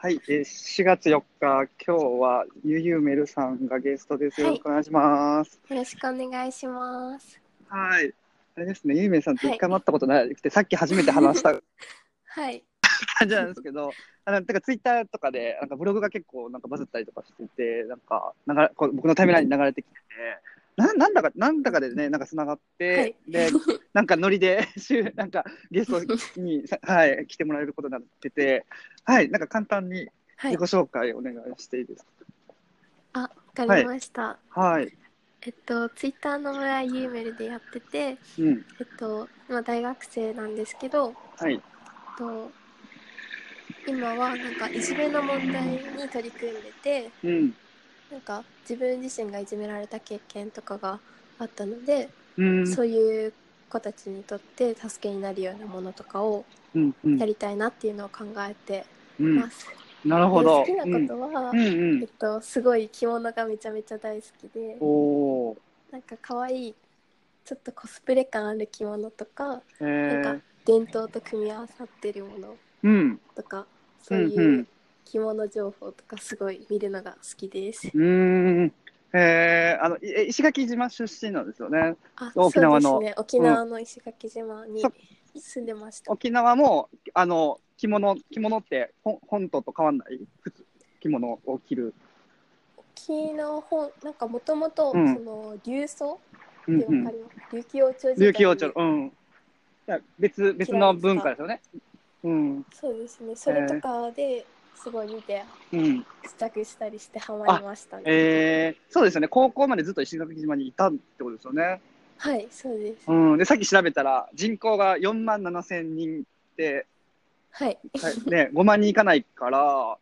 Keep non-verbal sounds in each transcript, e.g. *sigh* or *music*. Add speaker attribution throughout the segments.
Speaker 1: はい、えー4月4日、今日はゆゆめるさんがゲストです。よ
Speaker 2: はい
Speaker 1: ろしくお願いします。
Speaker 2: よろしくお願いします。
Speaker 1: はい。あれですね、ゆゆめるさんって
Speaker 2: はい
Speaker 1: 一回も会ったことないくて、さっき初めて話 *laughs* した
Speaker 2: はい。
Speaker 1: 感じなんですけど、あの、てかツイッターとかで、なんかブログが結構なんかバズったりとかしてて、なんか、なんかこう僕のタイムラインに流れてきてて、ななんだか、なんだかでね、なんか繋がって、
Speaker 2: はい
Speaker 1: で、なんかノリで、 *laughs* 週なんかゲストに、さはい、来てもらえることになってて、はい、なんか簡単に
Speaker 2: は
Speaker 1: 自
Speaker 2: い
Speaker 1: 己。紹介お願いしていいです
Speaker 2: あ、わかりました。
Speaker 1: か。はい。
Speaker 2: えっと、ツイッターの村井ゆうめるでやってて、
Speaker 1: うん。
Speaker 2: えっと、今大学生なんですけど、
Speaker 1: はい。
Speaker 2: えっと、今はなんかいじめの問題に取り組んでて、
Speaker 1: うん。
Speaker 2: なんか自分自身がいじめられた経験とかがあったので、
Speaker 1: うん。
Speaker 2: そういう子たちにとって助けになるようなものとかを
Speaker 1: うん。うん
Speaker 2: やりたいなっていうのを考えて
Speaker 1: うん
Speaker 2: ます。
Speaker 1: なるほど。
Speaker 2: 好きなことは、
Speaker 1: うん。うんう
Speaker 2: えっ
Speaker 1: ん。
Speaker 2: と、すごい着物がめちゃめちゃ大好きで
Speaker 1: おー。
Speaker 2: なんか可愛いちょっとコスプレ感ある着物とか
Speaker 1: え
Speaker 2: なん
Speaker 1: ー
Speaker 2: か。伝統と組み合わさってるもの
Speaker 1: うん。
Speaker 2: とか
Speaker 1: う。
Speaker 2: そういうん着物情報とかすごい見るのが好きです。
Speaker 1: うん。うーん。えー、あの、いえ石垣島出身なんですよね。
Speaker 2: あ
Speaker 1: 沖縄の
Speaker 2: そうですね沖縄の石垣島に
Speaker 1: そ
Speaker 2: 住んでました。
Speaker 1: 沖縄も、あの、着物、着物って、ほ本島と変わんない普通着物を着る。
Speaker 2: 沖縄本なんかもともと
Speaker 1: う
Speaker 2: そ
Speaker 1: ん
Speaker 2: の琉装
Speaker 1: う
Speaker 2: っ
Speaker 1: ん
Speaker 2: てわかります、琉球王朝時代に
Speaker 1: 琉球王朝。うん。じゃあ別、別の文化ですよね。うん。
Speaker 2: そうですねそれとかですごい見て
Speaker 1: うん。
Speaker 2: 試着したりしてハマりましたね。
Speaker 1: えー、そうですよね。高校までずっと石垣島にいたってことですよね。
Speaker 2: はい、そうです。
Speaker 1: うん、でさっき調べたら人口が4万7千人で、
Speaker 2: はい。
Speaker 1: はいね、5万人いかないから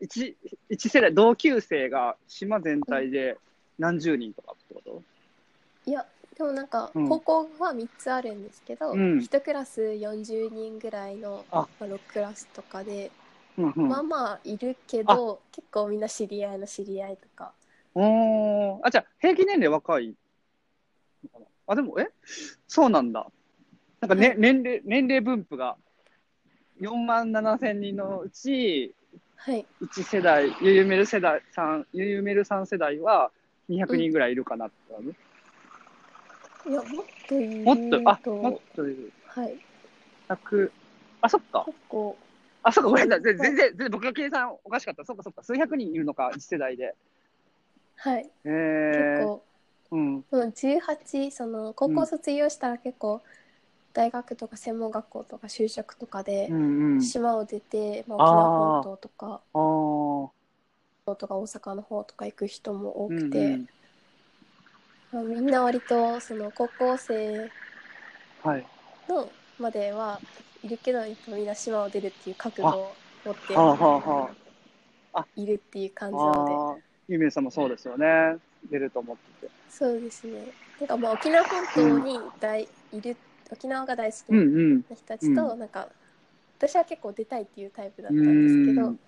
Speaker 1: 一一世代同級生が島全体で何十人とかってこと
Speaker 2: いや、でもなんか、
Speaker 1: うん
Speaker 2: 高校は3つあるんですけど、
Speaker 1: うん
Speaker 2: 1クラス40人ぐらいの、
Speaker 1: あ
Speaker 2: まあ、6クラスとかで、
Speaker 1: うんうん
Speaker 2: まあまあいるけど、結構みんな知り合いの知り合いとか。
Speaker 1: おーあじゃあ平均年齢若いのかなあでもえそうなんだなんか、ね
Speaker 2: は
Speaker 1: 年齢年齢分布が4万7千人のうち
Speaker 2: はい。
Speaker 1: 1世代ゆゆめる世代さんゆゆめるさん世代は200人ぐらいいるかなって感じ、
Speaker 2: いや、もっと言う
Speaker 1: もっと、あ、
Speaker 2: と
Speaker 1: もっといる。
Speaker 2: はい。
Speaker 1: 100。あ、そっか。
Speaker 2: 結構、
Speaker 1: あ、そっか。ごめんなさい。全然、全然僕が計算おかしかった。そっかそっか。数百人いるのか、次世代で。
Speaker 2: はい。
Speaker 1: へ
Speaker 2: 結
Speaker 1: え。
Speaker 2: 構、
Speaker 1: うん。
Speaker 2: その18、その高校卒業したら結構、大学とか専門学校とか就職とかで
Speaker 1: う、んうん。
Speaker 2: 島を出て、まあ、沖
Speaker 1: あー
Speaker 2: 縄本島とか、
Speaker 1: あー
Speaker 2: 東京とか大阪の方とか行く人も多
Speaker 1: うんう
Speaker 2: くて、
Speaker 1: ん。
Speaker 2: まあみんな割とその高校生
Speaker 1: はい。
Speaker 2: のまではいるけどやっぱみんな島を出るっていう覚悟を持って
Speaker 1: はあはあは
Speaker 2: いるっていう感じなので
Speaker 1: ああ。ゆめさんもそうですよね。出ると思ってて。
Speaker 2: そうですねなんかまあ沖縄本島に大、いる沖縄が大好き
Speaker 1: う
Speaker 2: なん人たちと、
Speaker 1: う
Speaker 2: なんか私は結構出たいっていうタイプだっ
Speaker 1: う
Speaker 2: たんです
Speaker 1: ん。
Speaker 2: け
Speaker 1: う
Speaker 2: ど
Speaker 1: ん。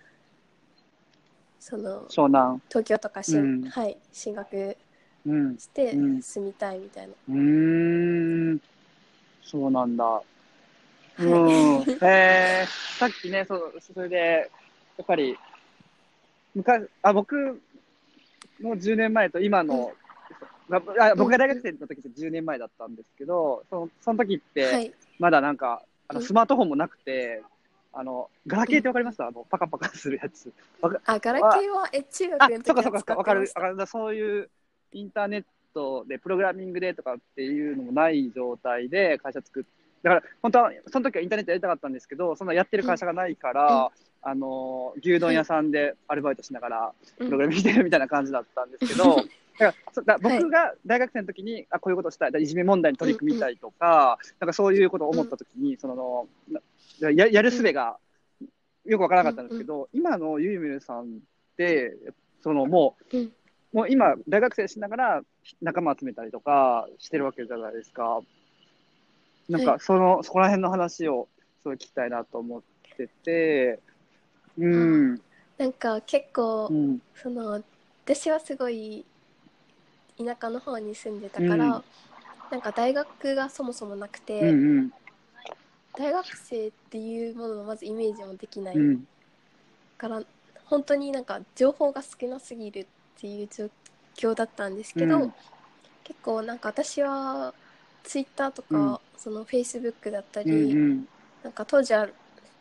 Speaker 2: その
Speaker 1: 湘南。
Speaker 2: 東京とかし、
Speaker 1: うん
Speaker 2: はい、進学
Speaker 1: うん。
Speaker 2: して
Speaker 1: うん
Speaker 2: 住みたいみたいな、
Speaker 1: うーん。そうなんだ。
Speaker 2: *laughs* は
Speaker 1: うん。えー、さっきね、そう、それで、やっぱり、昔、あ、僕の10年前と今の、があ僕が大学生の時って10年前だったんですけど、そのその時っ
Speaker 2: い、は
Speaker 1: て、
Speaker 2: い
Speaker 1: まだなんか、あの
Speaker 2: うん
Speaker 1: スマートフォンもなくて、あの、ガラケーってわかりますあの、パカパカするやつ。
Speaker 2: あガラケーはえ中
Speaker 1: あ
Speaker 2: 学の、時
Speaker 1: そっか
Speaker 2: は
Speaker 1: そっかそっ
Speaker 2: 使
Speaker 1: か、
Speaker 2: っ
Speaker 1: わ
Speaker 2: て
Speaker 1: か
Speaker 2: ま
Speaker 1: る
Speaker 2: し。た
Speaker 1: わかる。だそういうインターネットでプログラミングでとかっていうのもない状態で会社作って、だから本当はその時はインターネットやりたかったんですけど、そんなやってる会社がないから、あの牛丼屋さんでアルバイトしながら
Speaker 2: う
Speaker 1: プ
Speaker 2: ん
Speaker 1: ログラミングしてるみたいな感じだったんですけど、だからそだ
Speaker 2: はい
Speaker 1: 僕が大学生の時に、あこういうことしたいだいじめ問題に取り組みたいとか,、なんかそういうことを思った時に、そのなややる術がよくわからなかったんですけど、今のゆいみるさんってそのもう,、
Speaker 2: うん
Speaker 1: もう今大学生しながら仲間集めたりとかしてるわけじゃないですか。なん
Speaker 2: は
Speaker 1: かその、そこら辺の話をすごい聞きたいなと思ってて、うん、
Speaker 2: なんか結構、
Speaker 1: うん、
Speaker 2: その私はすごい田舎の方に住んでたから、
Speaker 1: うん
Speaker 2: なんか大学がそもそもなくて、
Speaker 1: うん、うん、
Speaker 2: 大学生っていうもののまずイメージもできない
Speaker 1: うん、
Speaker 2: から本当になんか情報が少なすぎるっていう状況だったんですけど、
Speaker 1: うん
Speaker 2: 結構なんか私はツイッターとか、
Speaker 1: うん
Speaker 2: そのフェイスブックだったり、
Speaker 1: うん
Speaker 2: なんか当時は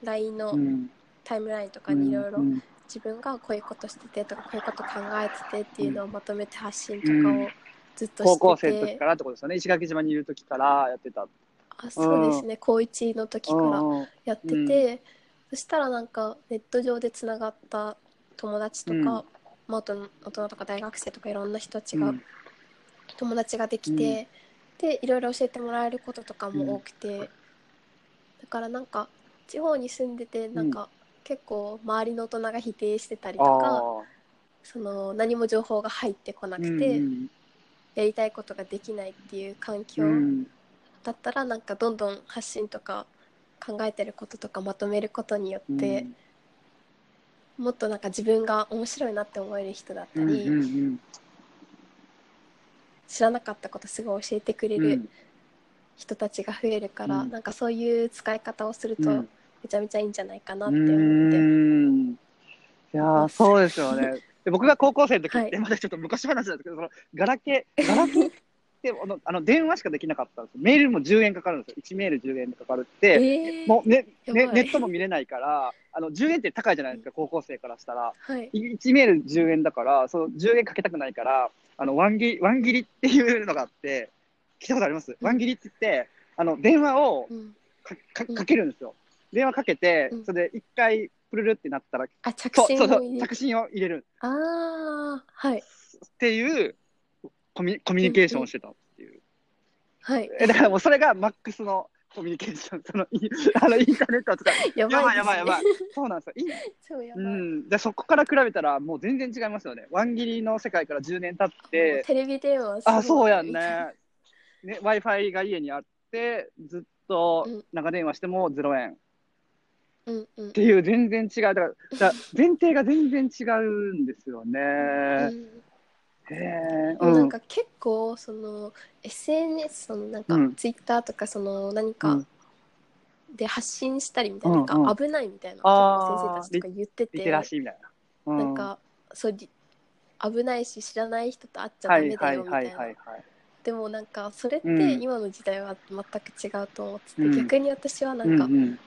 Speaker 2: LINE
Speaker 1: う
Speaker 2: の
Speaker 1: ん
Speaker 2: タイムラインとか
Speaker 1: う
Speaker 2: に
Speaker 1: ん
Speaker 2: いろいろ
Speaker 1: うん
Speaker 2: 自分がこういうことしててとかこういうこと考えててっていうのをまとめて発信と
Speaker 1: う
Speaker 2: か
Speaker 1: ん
Speaker 2: をずっと
Speaker 1: 高校
Speaker 2: して
Speaker 1: 生の
Speaker 2: て、
Speaker 1: 時からってことですよね石垣島にいる時からやってた
Speaker 2: あそうですね高1の時から
Speaker 1: うんうん
Speaker 2: やってて、そしたらなんかネット上でつながった友達とか、
Speaker 1: うん
Speaker 2: まあ、あと大人とか大学生とかいろんな人たちが、
Speaker 1: うん
Speaker 2: 友達ができて、でいろいろ教えてもらえることとかも多くて、だからなんか地方に住んでてなんか、結構周りの大人が否定してたりとか
Speaker 1: あ
Speaker 2: その何も情報が入ってこな
Speaker 1: あ
Speaker 2: くて、やりたいことができないっていう環境
Speaker 1: うん
Speaker 2: だったらなんかどんどん発信とか考えてることとかまとめることによって、もっとなんか自分が面白いなって思える人だった
Speaker 1: うん
Speaker 2: り、
Speaker 1: うんうん
Speaker 2: 知らなかったことすごい教えてくれ
Speaker 1: うん
Speaker 2: る人たちが増えるから、
Speaker 1: うん
Speaker 2: なんかそういう使い方をすると
Speaker 1: うん
Speaker 2: めちゃめちゃいいんじゃないかなっ
Speaker 1: う
Speaker 2: て思って、
Speaker 1: んいやーそうですよね。で僕が高校生の時っ
Speaker 2: は
Speaker 1: て、まだちょっと昔話なんですけど、そのガラケー、ガラケーってあのあの電話しかできなかったんですよ。メールも10円かかるんですよ。1メール10円でかかるって、
Speaker 2: えー
Speaker 1: もうね
Speaker 2: やば
Speaker 1: ね
Speaker 2: い
Speaker 1: ネットも見れないから、あの10円って高いじゃないですか、高校生からしたら。
Speaker 2: はい
Speaker 1: 1メール10円だから、その10円かけたくないから、あの、ワンギリ、ワンギリっていうのがあって、聞いたことありますワンギリって言って、あの、電話を
Speaker 2: うん、
Speaker 1: かか
Speaker 2: うん
Speaker 1: かけるんですよ。電話かけて
Speaker 2: う、ん
Speaker 1: それで一回、プルルってなったら、
Speaker 2: あ着
Speaker 1: そう
Speaker 2: 信
Speaker 1: そうそ
Speaker 2: を
Speaker 1: う、
Speaker 2: 入れ
Speaker 1: 着信を入れる
Speaker 2: ああはい
Speaker 1: っていうコミュコミュニケーションをしてたっていう。
Speaker 2: はい
Speaker 1: えだからもうそれがマックスのコミュニケーション、その、い *laughs* あのインターネットとか、
Speaker 2: やばいです、ね、
Speaker 1: やばいや
Speaker 2: *laughs*
Speaker 1: ばいやばい。そうなんですよ。イン
Speaker 2: そうやば
Speaker 1: う
Speaker 2: い、も
Speaker 1: ん、でそこから比べたらもう全然違いますよね。ワンギリの世界から10年経っ
Speaker 2: う
Speaker 1: て、
Speaker 2: テレビ電話すごい
Speaker 1: あ、そうやんね。ね、Wi-Fi が家にあって、ずっと
Speaker 2: うん
Speaker 1: 長電話しても0円っ
Speaker 2: うんうん
Speaker 1: ていう全然違う。だから、だから前提が全然違うんですよね。
Speaker 2: うん
Speaker 1: へえ。う
Speaker 2: なん
Speaker 1: ん。
Speaker 2: か結構その SNS そのなんか
Speaker 1: うん
Speaker 2: ツイッターとかその何
Speaker 1: う
Speaker 2: か
Speaker 1: ん
Speaker 2: で発信したりみたいな,、
Speaker 1: うん
Speaker 2: なんか危ないみたいな
Speaker 1: あー
Speaker 2: 先生たちとか言ってて
Speaker 1: リテラシーみたいな。う
Speaker 2: なん、かそうり危ないし知らない人と会っちゃダメだよみたいな、でもなんかそれって
Speaker 1: うん
Speaker 2: 今の時代は全く違うと思ってて、
Speaker 1: うん
Speaker 2: 逆に私はな
Speaker 1: うんん
Speaker 2: か、
Speaker 1: うん、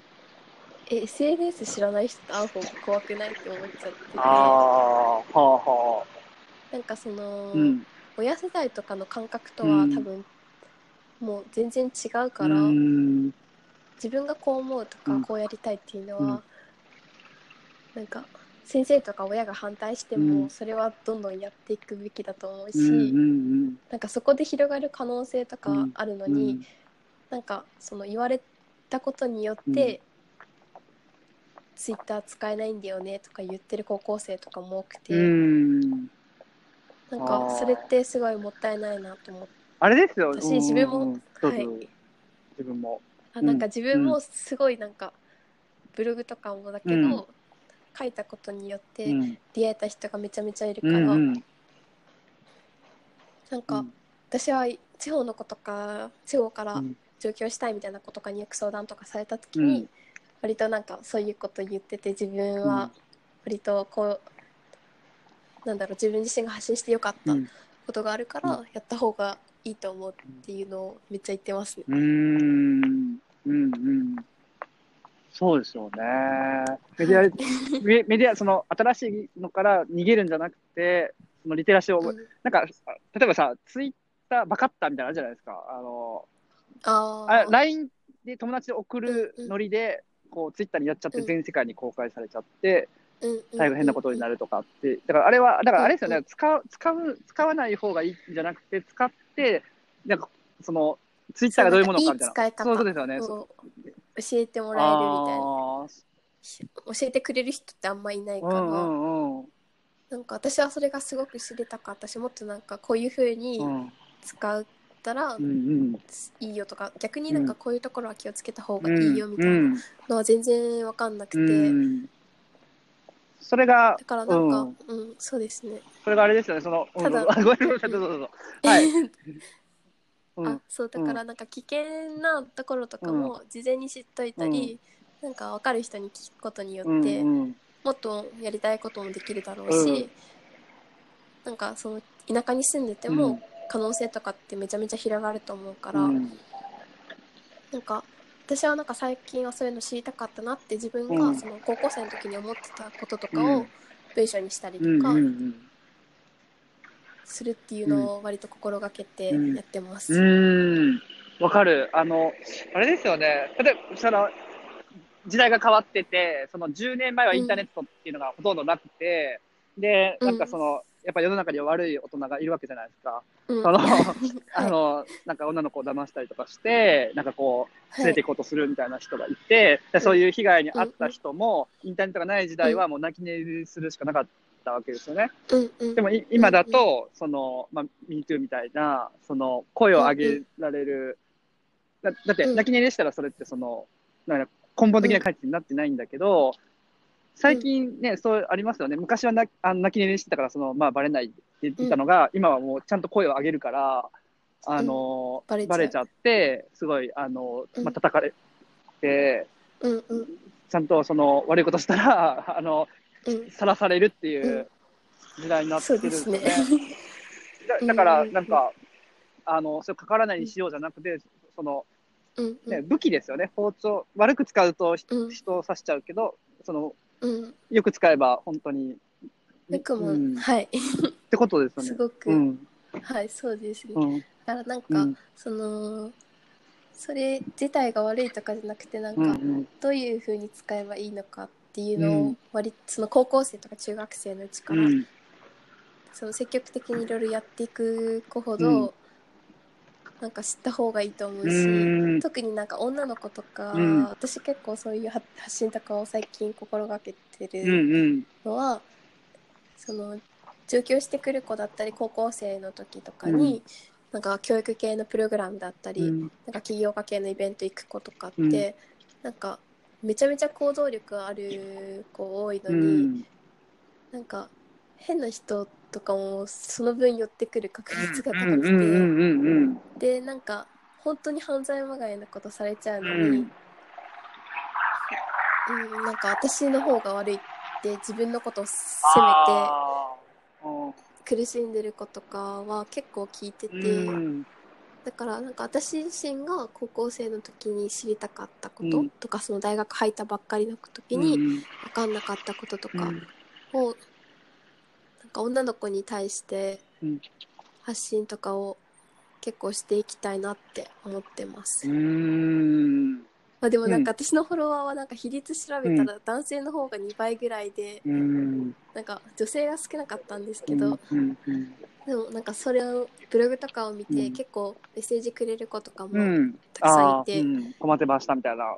Speaker 2: え SNS 知らない人と会う方が怖くないって思っちゃ
Speaker 1: ああ
Speaker 2: っ
Speaker 1: はあはあ。
Speaker 2: ててなんかその、
Speaker 1: うん。
Speaker 2: 親世代とかの感覚と
Speaker 1: う
Speaker 2: は
Speaker 1: ん
Speaker 2: 多分もう全然違うから。
Speaker 1: うん
Speaker 2: 自分がこう思うとか、
Speaker 1: うん
Speaker 2: こうやりたいっていうのは、
Speaker 1: うん
Speaker 2: なんか先生とか親が反対して
Speaker 1: う
Speaker 2: も、
Speaker 1: ん
Speaker 2: それはどんどんやっていくべきだと思うし、
Speaker 1: うんうん
Speaker 2: なんかそこで広がる可能性とかあるの
Speaker 1: うん。
Speaker 2: に、なんかその言われたことによっ
Speaker 1: う
Speaker 2: て、
Speaker 1: ん
Speaker 2: ツイッター使えないんだよねとか言ってる高校生とかも多くて、
Speaker 1: うん。
Speaker 2: なん
Speaker 1: あ
Speaker 2: か
Speaker 1: ー
Speaker 2: それってすごいもったいないなと思って
Speaker 1: あれですよ。
Speaker 2: 私自分も
Speaker 1: うんうんどうぞ
Speaker 2: はい
Speaker 1: 自分も。
Speaker 2: あ
Speaker 1: うん
Speaker 2: なんか自分もすごいなんかブログとかもだけど、
Speaker 1: うん
Speaker 2: 書いたことによっ
Speaker 1: う
Speaker 2: て
Speaker 1: ん。
Speaker 2: 出会えた人がめちゃめちゃいるか
Speaker 1: う
Speaker 2: ら、
Speaker 1: んうん。
Speaker 2: なんか私は地方の子とか地方から上京したいみたいな子とかによく相談とかされた時に、
Speaker 1: うん
Speaker 2: 割となんかそういうこと言ってて自分は割とこう、なんだろう自分自身が発信してよかった
Speaker 1: うん
Speaker 2: ことがあるからやった方がいいと思うっていうのをめっちゃ言ってますね。
Speaker 1: うーん。うんうん。そうですよね。メディア、メメディア、その、新しいのから逃げるんじゃなくて、そのリテラシーを、
Speaker 2: うん
Speaker 1: なんか、あ例えばさ、ツイッター、バカッタみたいなのあるじゃないですか。あの、
Speaker 2: *laughs* あ
Speaker 1: あ
Speaker 2: ー
Speaker 1: LINE で友達で送るノリで、こう、ツイッターにやっちゃって、
Speaker 2: うん
Speaker 1: 全世界に公開されちゃって、
Speaker 2: うんうんうん
Speaker 1: 大変なことになるとかって、だからあれは、だからあれですよ
Speaker 2: う
Speaker 1: ね、使う、使う、使わない方がいいんじゃなくて、使って、なんか、その、ツイッターがどういうものか *laughs* みたいな。
Speaker 2: そうなんかいい使い方
Speaker 1: そういうことですよね。
Speaker 2: を教えてもらえるみたいな
Speaker 1: ああ
Speaker 2: 教えてくれる人ってあんまいないから、
Speaker 1: うんうん
Speaker 2: なんか私はそれがすごく知れたかったしもっとなんかこういうふうに
Speaker 1: うん。うん
Speaker 2: 使ったら
Speaker 1: うん
Speaker 2: いいよとか、逆になんかこういうところは気をつけた方
Speaker 1: う
Speaker 2: が
Speaker 1: ん。
Speaker 2: いいよみたいなのは全然わかんなくて、
Speaker 1: うんそれが
Speaker 2: だ、からなんか、
Speaker 1: うん
Speaker 2: うんそうですね。
Speaker 1: それがあれですよね、その、うん
Speaker 2: ただ
Speaker 1: あごめんなさい、どうぞどうぞ。
Speaker 2: *laughs*
Speaker 1: はい。う
Speaker 2: あ
Speaker 1: ん
Speaker 2: そうだからなんか危険なところとかも事前に知っといたり、なんかわかる人に聞くことによって、
Speaker 1: うんうん
Speaker 2: もっとやりたいこともできるだろうし、
Speaker 1: うん
Speaker 2: なんかその田舎に住んでて
Speaker 1: う
Speaker 2: も
Speaker 1: ん
Speaker 2: 可能性とかってめちゃめちゃ広がると思うから、
Speaker 1: うん
Speaker 2: なんか私はなんか最近はそういうの知りたかったなって自分
Speaker 1: う
Speaker 2: が
Speaker 1: ん
Speaker 2: その高校生の時に思ってたこととか
Speaker 1: う
Speaker 2: を
Speaker 1: ん
Speaker 2: 文章にしたりと
Speaker 1: うん
Speaker 2: か
Speaker 1: うん
Speaker 2: するっていうのを割と心がけてやってます。
Speaker 1: うーん、わかる。あの、あれですよね。例えば、その、時代が変わってて、その10年前はインターネットっていうのがほとんどなくて、で、なんかその、やっぱ世の中には悪い大人がいるわけじゃないですか。
Speaker 2: うん
Speaker 1: その、 *laughs* あ
Speaker 2: はい
Speaker 1: の、なんか女の子を騙したりとかして、なんかこう、連れて行こうとするみたいな人がいて、でそういう被害に遭った人も、インターネットがない時代はもう泣き寝入りするしかなかったわけですよね。
Speaker 2: うんうん
Speaker 1: でもい今だと、その、まあ、MeToo みたいな、その、声を上げられる、だだって、
Speaker 2: うん
Speaker 1: 泣き寝入りしたらそれって、その、なんか根本的な解決になってないんだけど、最近ね、そうありますよね。昔はなあの泣き寝入りしてたから、その、まあ、バレないって言ってたのが、今はもうちゃんと声を上げるから、あの、
Speaker 2: バレちゃう
Speaker 1: バレちゃって、すごい、あの、
Speaker 2: う
Speaker 1: まあ、
Speaker 2: ん
Speaker 1: 叩かれて、
Speaker 2: うんうん
Speaker 1: ちゃんとその、悪いことしたら、あの、
Speaker 2: うん
Speaker 1: さらされるっていう時代になって
Speaker 2: そう
Speaker 1: るん
Speaker 2: で
Speaker 1: です
Speaker 2: す
Speaker 1: よ
Speaker 2: ね
Speaker 1: ね。。だだから、なんか、あの、それかからないにしようじゃなくて、その、
Speaker 2: うんう
Speaker 1: ね、
Speaker 2: ん
Speaker 1: 武器ですよね、包丁。悪く使うとひ
Speaker 2: うん
Speaker 1: 人を刺しちゃうけど、その、
Speaker 2: うん
Speaker 1: よく使えば本当に。
Speaker 2: よくも、
Speaker 1: うんっ
Speaker 2: はい
Speaker 1: てことですよね。
Speaker 2: すごく、
Speaker 1: うん。
Speaker 2: はいそうですね。
Speaker 1: うん。
Speaker 2: だからなんか、
Speaker 1: うん。
Speaker 2: そのそれ自体が悪いとかじゃなくてなんか、
Speaker 1: うんうん。
Speaker 2: どういうふうに使えばいいのかっていうの
Speaker 1: う
Speaker 2: を
Speaker 1: ん
Speaker 2: 割りその高校生とか中学生のうちか
Speaker 1: う
Speaker 2: ら、
Speaker 1: ん。
Speaker 2: その積極的にいろいろやっていく子ほど、
Speaker 1: うん
Speaker 2: なんか知った方がいいと思う
Speaker 1: う
Speaker 2: し、
Speaker 1: ん。
Speaker 2: 特になんか女の子とか、
Speaker 1: うん
Speaker 2: 私結構そういう発発信とかを最近心がけて
Speaker 1: う
Speaker 2: る
Speaker 1: んうん。
Speaker 2: のは、その上京してくる子だったり高校生の時とかに、
Speaker 1: う
Speaker 2: なんか教育系のプログラムだったり、
Speaker 1: うん
Speaker 2: なんか起業家系のイベント行く子とかって、
Speaker 1: うん
Speaker 2: なんかめちゃめちゃ行動力ある子多いの
Speaker 1: う
Speaker 2: に、
Speaker 1: ん。
Speaker 2: なんか変な人とかもその分寄ってくる確率が
Speaker 1: う
Speaker 2: 高く
Speaker 1: ん
Speaker 2: て、
Speaker 1: うんうんうん
Speaker 2: でなんか本当に犯罪まがいなことされちゃう
Speaker 1: う
Speaker 2: のに、
Speaker 1: ん。う
Speaker 2: うんん。なんか私の方が悪いって自分のことを責め
Speaker 1: あー
Speaker 2: て苦しんでる子とかは結構聞いてて、
Speaker 1: うん。
Speaker 2: だからなんか私自身が高校生の時に知りたかったこ
Speaker 1: う
Speaker 2: と
Speaker 1: ん
Speaker 2: とか、その大学入ったばっかりの時に
Speaker 1: うん
Speaker 2: 分かんなかったことと
Speaker 1: う
Speaker 2: か
Speaker 1: ん
Speaker 2: を、なんか女の子に対して
Speaker 1: うん
Speaker 2: 発信とかを結構していきたいなって思ってます、
Speaker 1: うん。
Speaker 2: まあ、でもなんか私のフォロワーはなんか比率調べたら男性の方が2倍ぐらいで
Speaker 1: うん。
Speaker 2: なんか女性が少なかったんですけど、
Speaker 1: うんうん
Speaker 2: でもなんかそれをブログとかを見
Speaker 1: う
Speaker 2: て
Speaker 1: ん
Speaker 2: 結構メッセージくれる子とかも、
Speaker 1: うん、
Speaker 2: たくさんいて
Speaker 1: あーうん、困ってましたみたいな。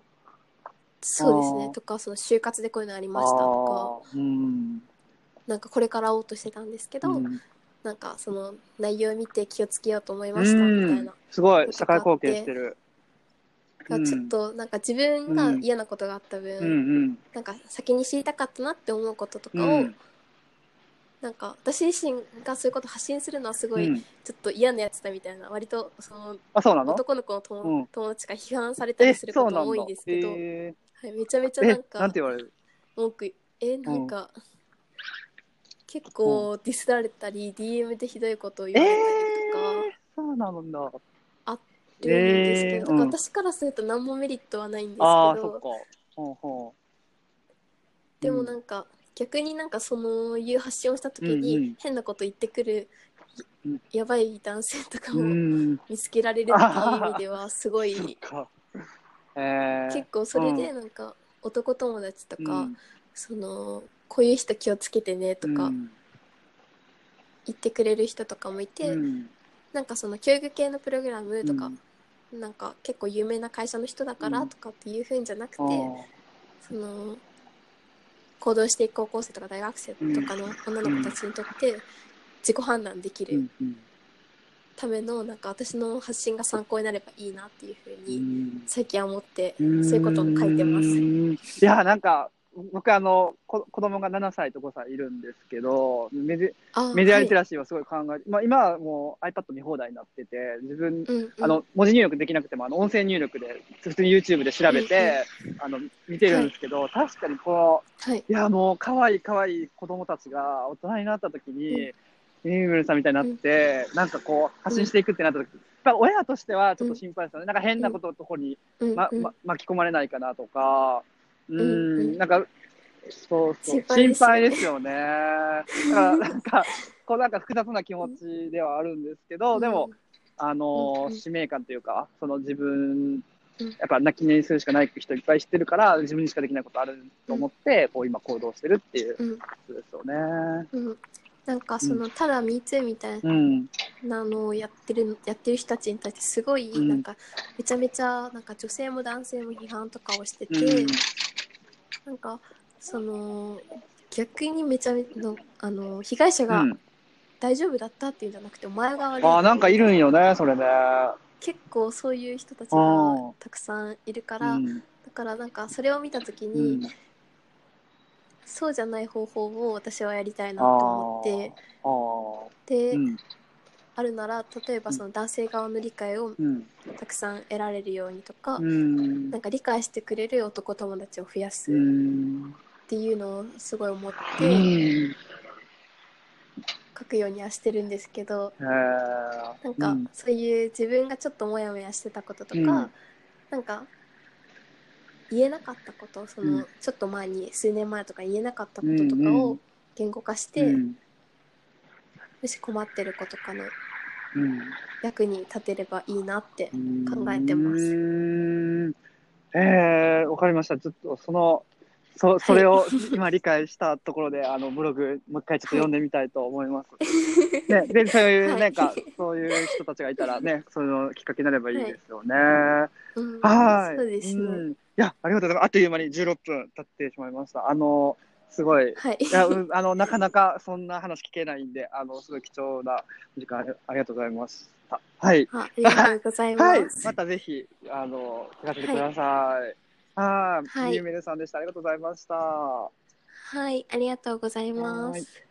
Speaker 2: そうです
Speaker 1: あー
Speaker 2: ねとかその就活でこういうのありましたとか
Speaker 1: あーうん
Speaker 2: なんかこれから会おうとしてたんですけど、
Speaker 1: うん
Speaker 2: なんかその内容を見て気をつけようと思いましたみた
Speaker 1: う
Speaker 2: い
Speaker 1: ん
Speaker 2: な、、
Speaker 1: すごい社会貢献してる。うん
Speaker 2: ちょっとなんか自分が嫌なことがあった分、
Speaker 1: うん
Speaker 2: なんか先に知りたかったなって思うことと
Speaker 1: うん
Speaker 2: か
Speaker 1: う
Speaker 2: を、
Speaker 1: ん
Speaker 2: なんか私自身がそういうことを発信するのはすご
Speaker 1: う
Speaker 2: い
Speaker 1: ん、
Speaker 2: ちょっと嫌なやつだみたいな割とその
Speaker 1: あそうなの
Speaker 2: 男の子の友,、
Speaker 1: うん
Speaker 2: 友達が批判されたりすることも多いんですけど、
Speaker 1: え
Speaker 2: はい、めちゃめち
Speaker 1: そう
Speaker 2: ゃ
Speaker 1: な
Speaker 2: な
Speaker 1: だええなん
Speaker 2: んんか
Speaker 1: て言われる
Speaker 2: 文句えなんか、結構ディスられたり DM でひどいことを言
Speaker 1: え
Speaker 2: われ
Speaker 1: え
Speaker 2: たりとか。
Speaker 1: そうなんだ。
Speaker 2: ってるんですけど、
Speaker 1: えーうん
Speaker 2: だから私からすると何もメリットはないんですけ
Speaker 1: ああ、そっ
Speaker 2: ど
Speaker 1: か。ほうほう
Speaker 2: でもなんか、逆になんかそのいう発信をした時に、
Speaker 1: うんうん
Speaker 2: 変なこと言ってくる
Speaker 1: うん
Speaker 2: やばい男性とか
Speaker 1: う
Speaker 2: も
Speaker 1: ん、
Speaker 2: 見つけられるっていう意味
Speaker 1: *laughs*
Speaker 2: ではすごい
Speaker 1: そっか。え
Speaker 2: 結構それでなんか男友達と
Speaker 1: 構
Speaker 2: か、そのこういう人気をつけてねとか言ってくれる人とかもいて、
Speaker 1: うん、
Speaker 2: なんかその教育系のプログラムとか
Speaker 1: うん、
Speaker 2: なんか結構有名な会社の人だからとかっていうふうにじゃなくて。
Speaker 1: あー
Speaker 2: その行動していく高校生とか大学生とかの女の子たちにとって自己判断でき
Speaker 1: う
Speaker 2: る
Speaker 1: んうん
Speaker 2: ためのなんか私の発信が参考になればいいなっていうふう
Speaker 1: う
Speaker 2: に
Speaker 1: ん
Speaker 2: 最近は思って
Speaker 1: そ
Speaker 2: そういうことも書いてます。
Speaker 1: いや、なんか、僕あのこ、子供が7歳と5歳いるんですけど、メディ
Speaker 2: あ
Speaker 1: メディアリテ
Speaker 2: ラ
Speaker 1: ラシーはすごい考え、まあ、今はもう iPad 見放題になってて、自分、
Speaker 2: うんうん、
Speaker 1: あの文字入力できなくてもあの音声入力で、普通に YouTube で調べて、あの見てるんですけど、確かにこ
Speaker 2: はい、
Speaker 1: う、いや、もう可愛い可愛い子供たちが大人になった時に、ユニムルさんみたいになって、なんかこう、発信していくってなった時、やっぱ親としてはちょっと心配ですよね。なんか変なことのところに
Speaker 2: うん
Speaker 1: ま
Speaker 2: うん
Speaker 1: ま、巻き込まれないかなとか、うー、
Speaker 2: うんうんん
Speaker 1: なんか、そうそう、心配
Speaker 2: 心配
Speaker 1: で
Speaker 2: です
Speaker 1: よ
Speaker 2: *laughs*
Speaker 1: ね。だから、なんか、こうなんか複雑な気持ちではあるんですけど、でも、、あ
Speaker 2: うん
Speaker 1: のー、
Speaker 2: うん
Speaker 1: 使命感というか、その自分、
Speaker 2: うん
Speaker 1: やっぱ泣き寝入りするしかない人いっぱい知ってるから、自分にしかできないことあると思って、こう今行動してるっていうこ
Speaker 2: うんうん
Speaker 1: とですよね。
Speaker 2: うん、なんかその、ただ「MeToo」みたい
Speaker 1: うん、
Speaker 2: なのをやってるやってる人たちに対してすごい、
Speaker 1: うん
Speaker 2: なんかめちゃめちゃなんか女性も男性も批判とかをして
Speaker 1: う
Speaker 2: て、
Speaker 1: ん、
Speaker 2: なんかその逆にめちゃめちゃのあの被害者
Speaker 1: う
Speaker 2: が
Speaker 1: ん。
Speaker 2: 大丈夫だったっていうんじゃなくてお前が悪い
Speaker 1: あー、なんかいるんよね、それね。
Speaker 2: 結構そういう人たち
Speaker 1: うん
Speaker 2: がたくさんいるから、
Speaker 1: うん、
Speaker 2: だからなんかそれを見た時
Speaker 1: う
Speaker 2: に、
Speaker 1: ん。
Speaker 2: そうじゃない方法を私はやりたいなと思って
Speaker 1: あー
Speaker 2: で、
Speaker 1: うん、
Speaker 2: あるなら例えばその男性側の理解を
Speaker 1: うん。
Speaker 2: たくさん得られるようにとか、
Speaker 1: うん
Speaker 2: なんか理解してくれる男友達を増やす
Speaker 1: う
Speaker 2: っ
Speaker 1: ん
Speaker 2: ていうのをすごい思っ
Speaker 1: う
Speaker 2: て
Speaker 1: ん
Speaker 2: 書くようにはしてるんですけど、
Speaker 1: へー
Speaker 2: なん
Speaker 1: う
Speaker 2: か
Speaker 1: ん
Speaker 2: そういう自分がちょっとモヤモヤしてたこととか、
Speaker 1: うん
Speaker 2: なんか言えなかったことその、
Speaker 1: うん
Speaker 2: ちょっと前に数年前とか言えなかったこととか
Speaker 1: うんう
Speaker 2: を
Speaker 1: ん
Speaker 2: 言語化して、
Speaker 1: うん
Speaker 2: もし困ってる子とかの
Speaker 1: うん
Speaker 2: 役に立てればいい
Speaker 1: *laughs*
Speaker 2: なって
Speaker 1: 考
Speaker 2: 考えてます
Speaker 1: えー、わかりました。ちょっとその、そそれを今理解したところで、あのブログ、もう一回ちょっと読んでみたいと思います。
Speaker 2: *laughs*
Speaker 1: ね、で、そういう、
Speaker 2: はい
Speaker 1: なんか、そういう人たちがいたら
Speaker 2: *laughs*
Speaker 1: ね、そのきっかけになればいいですよね。
Speaker 2: うん
Speaker 1: はい。
Speaker 2: そうですね、
Speaker 1: うんいや、ありがとうございます。あっという間に16分経ってしまいました。あの、すごい、 *laughs*
Speaker 2: はい
Speaker 1: いや、うん、あの、なかなかそんな話聞けないんで、あの、すごい貴重な時間ありありがとうございました。はい。
Speaker 2: あありがとうございま
Speaker 1: はい。
Speaker 2: す、
Speaker 1: またぜひ、あの、聞かせてください。はい。
Speaker 2: はい
Speaker 1: ゆめるさんでした。ありがとうございました。
Speaker 2: はい、ありがとうございま
Speaker 1: はい
Speaker 2: す。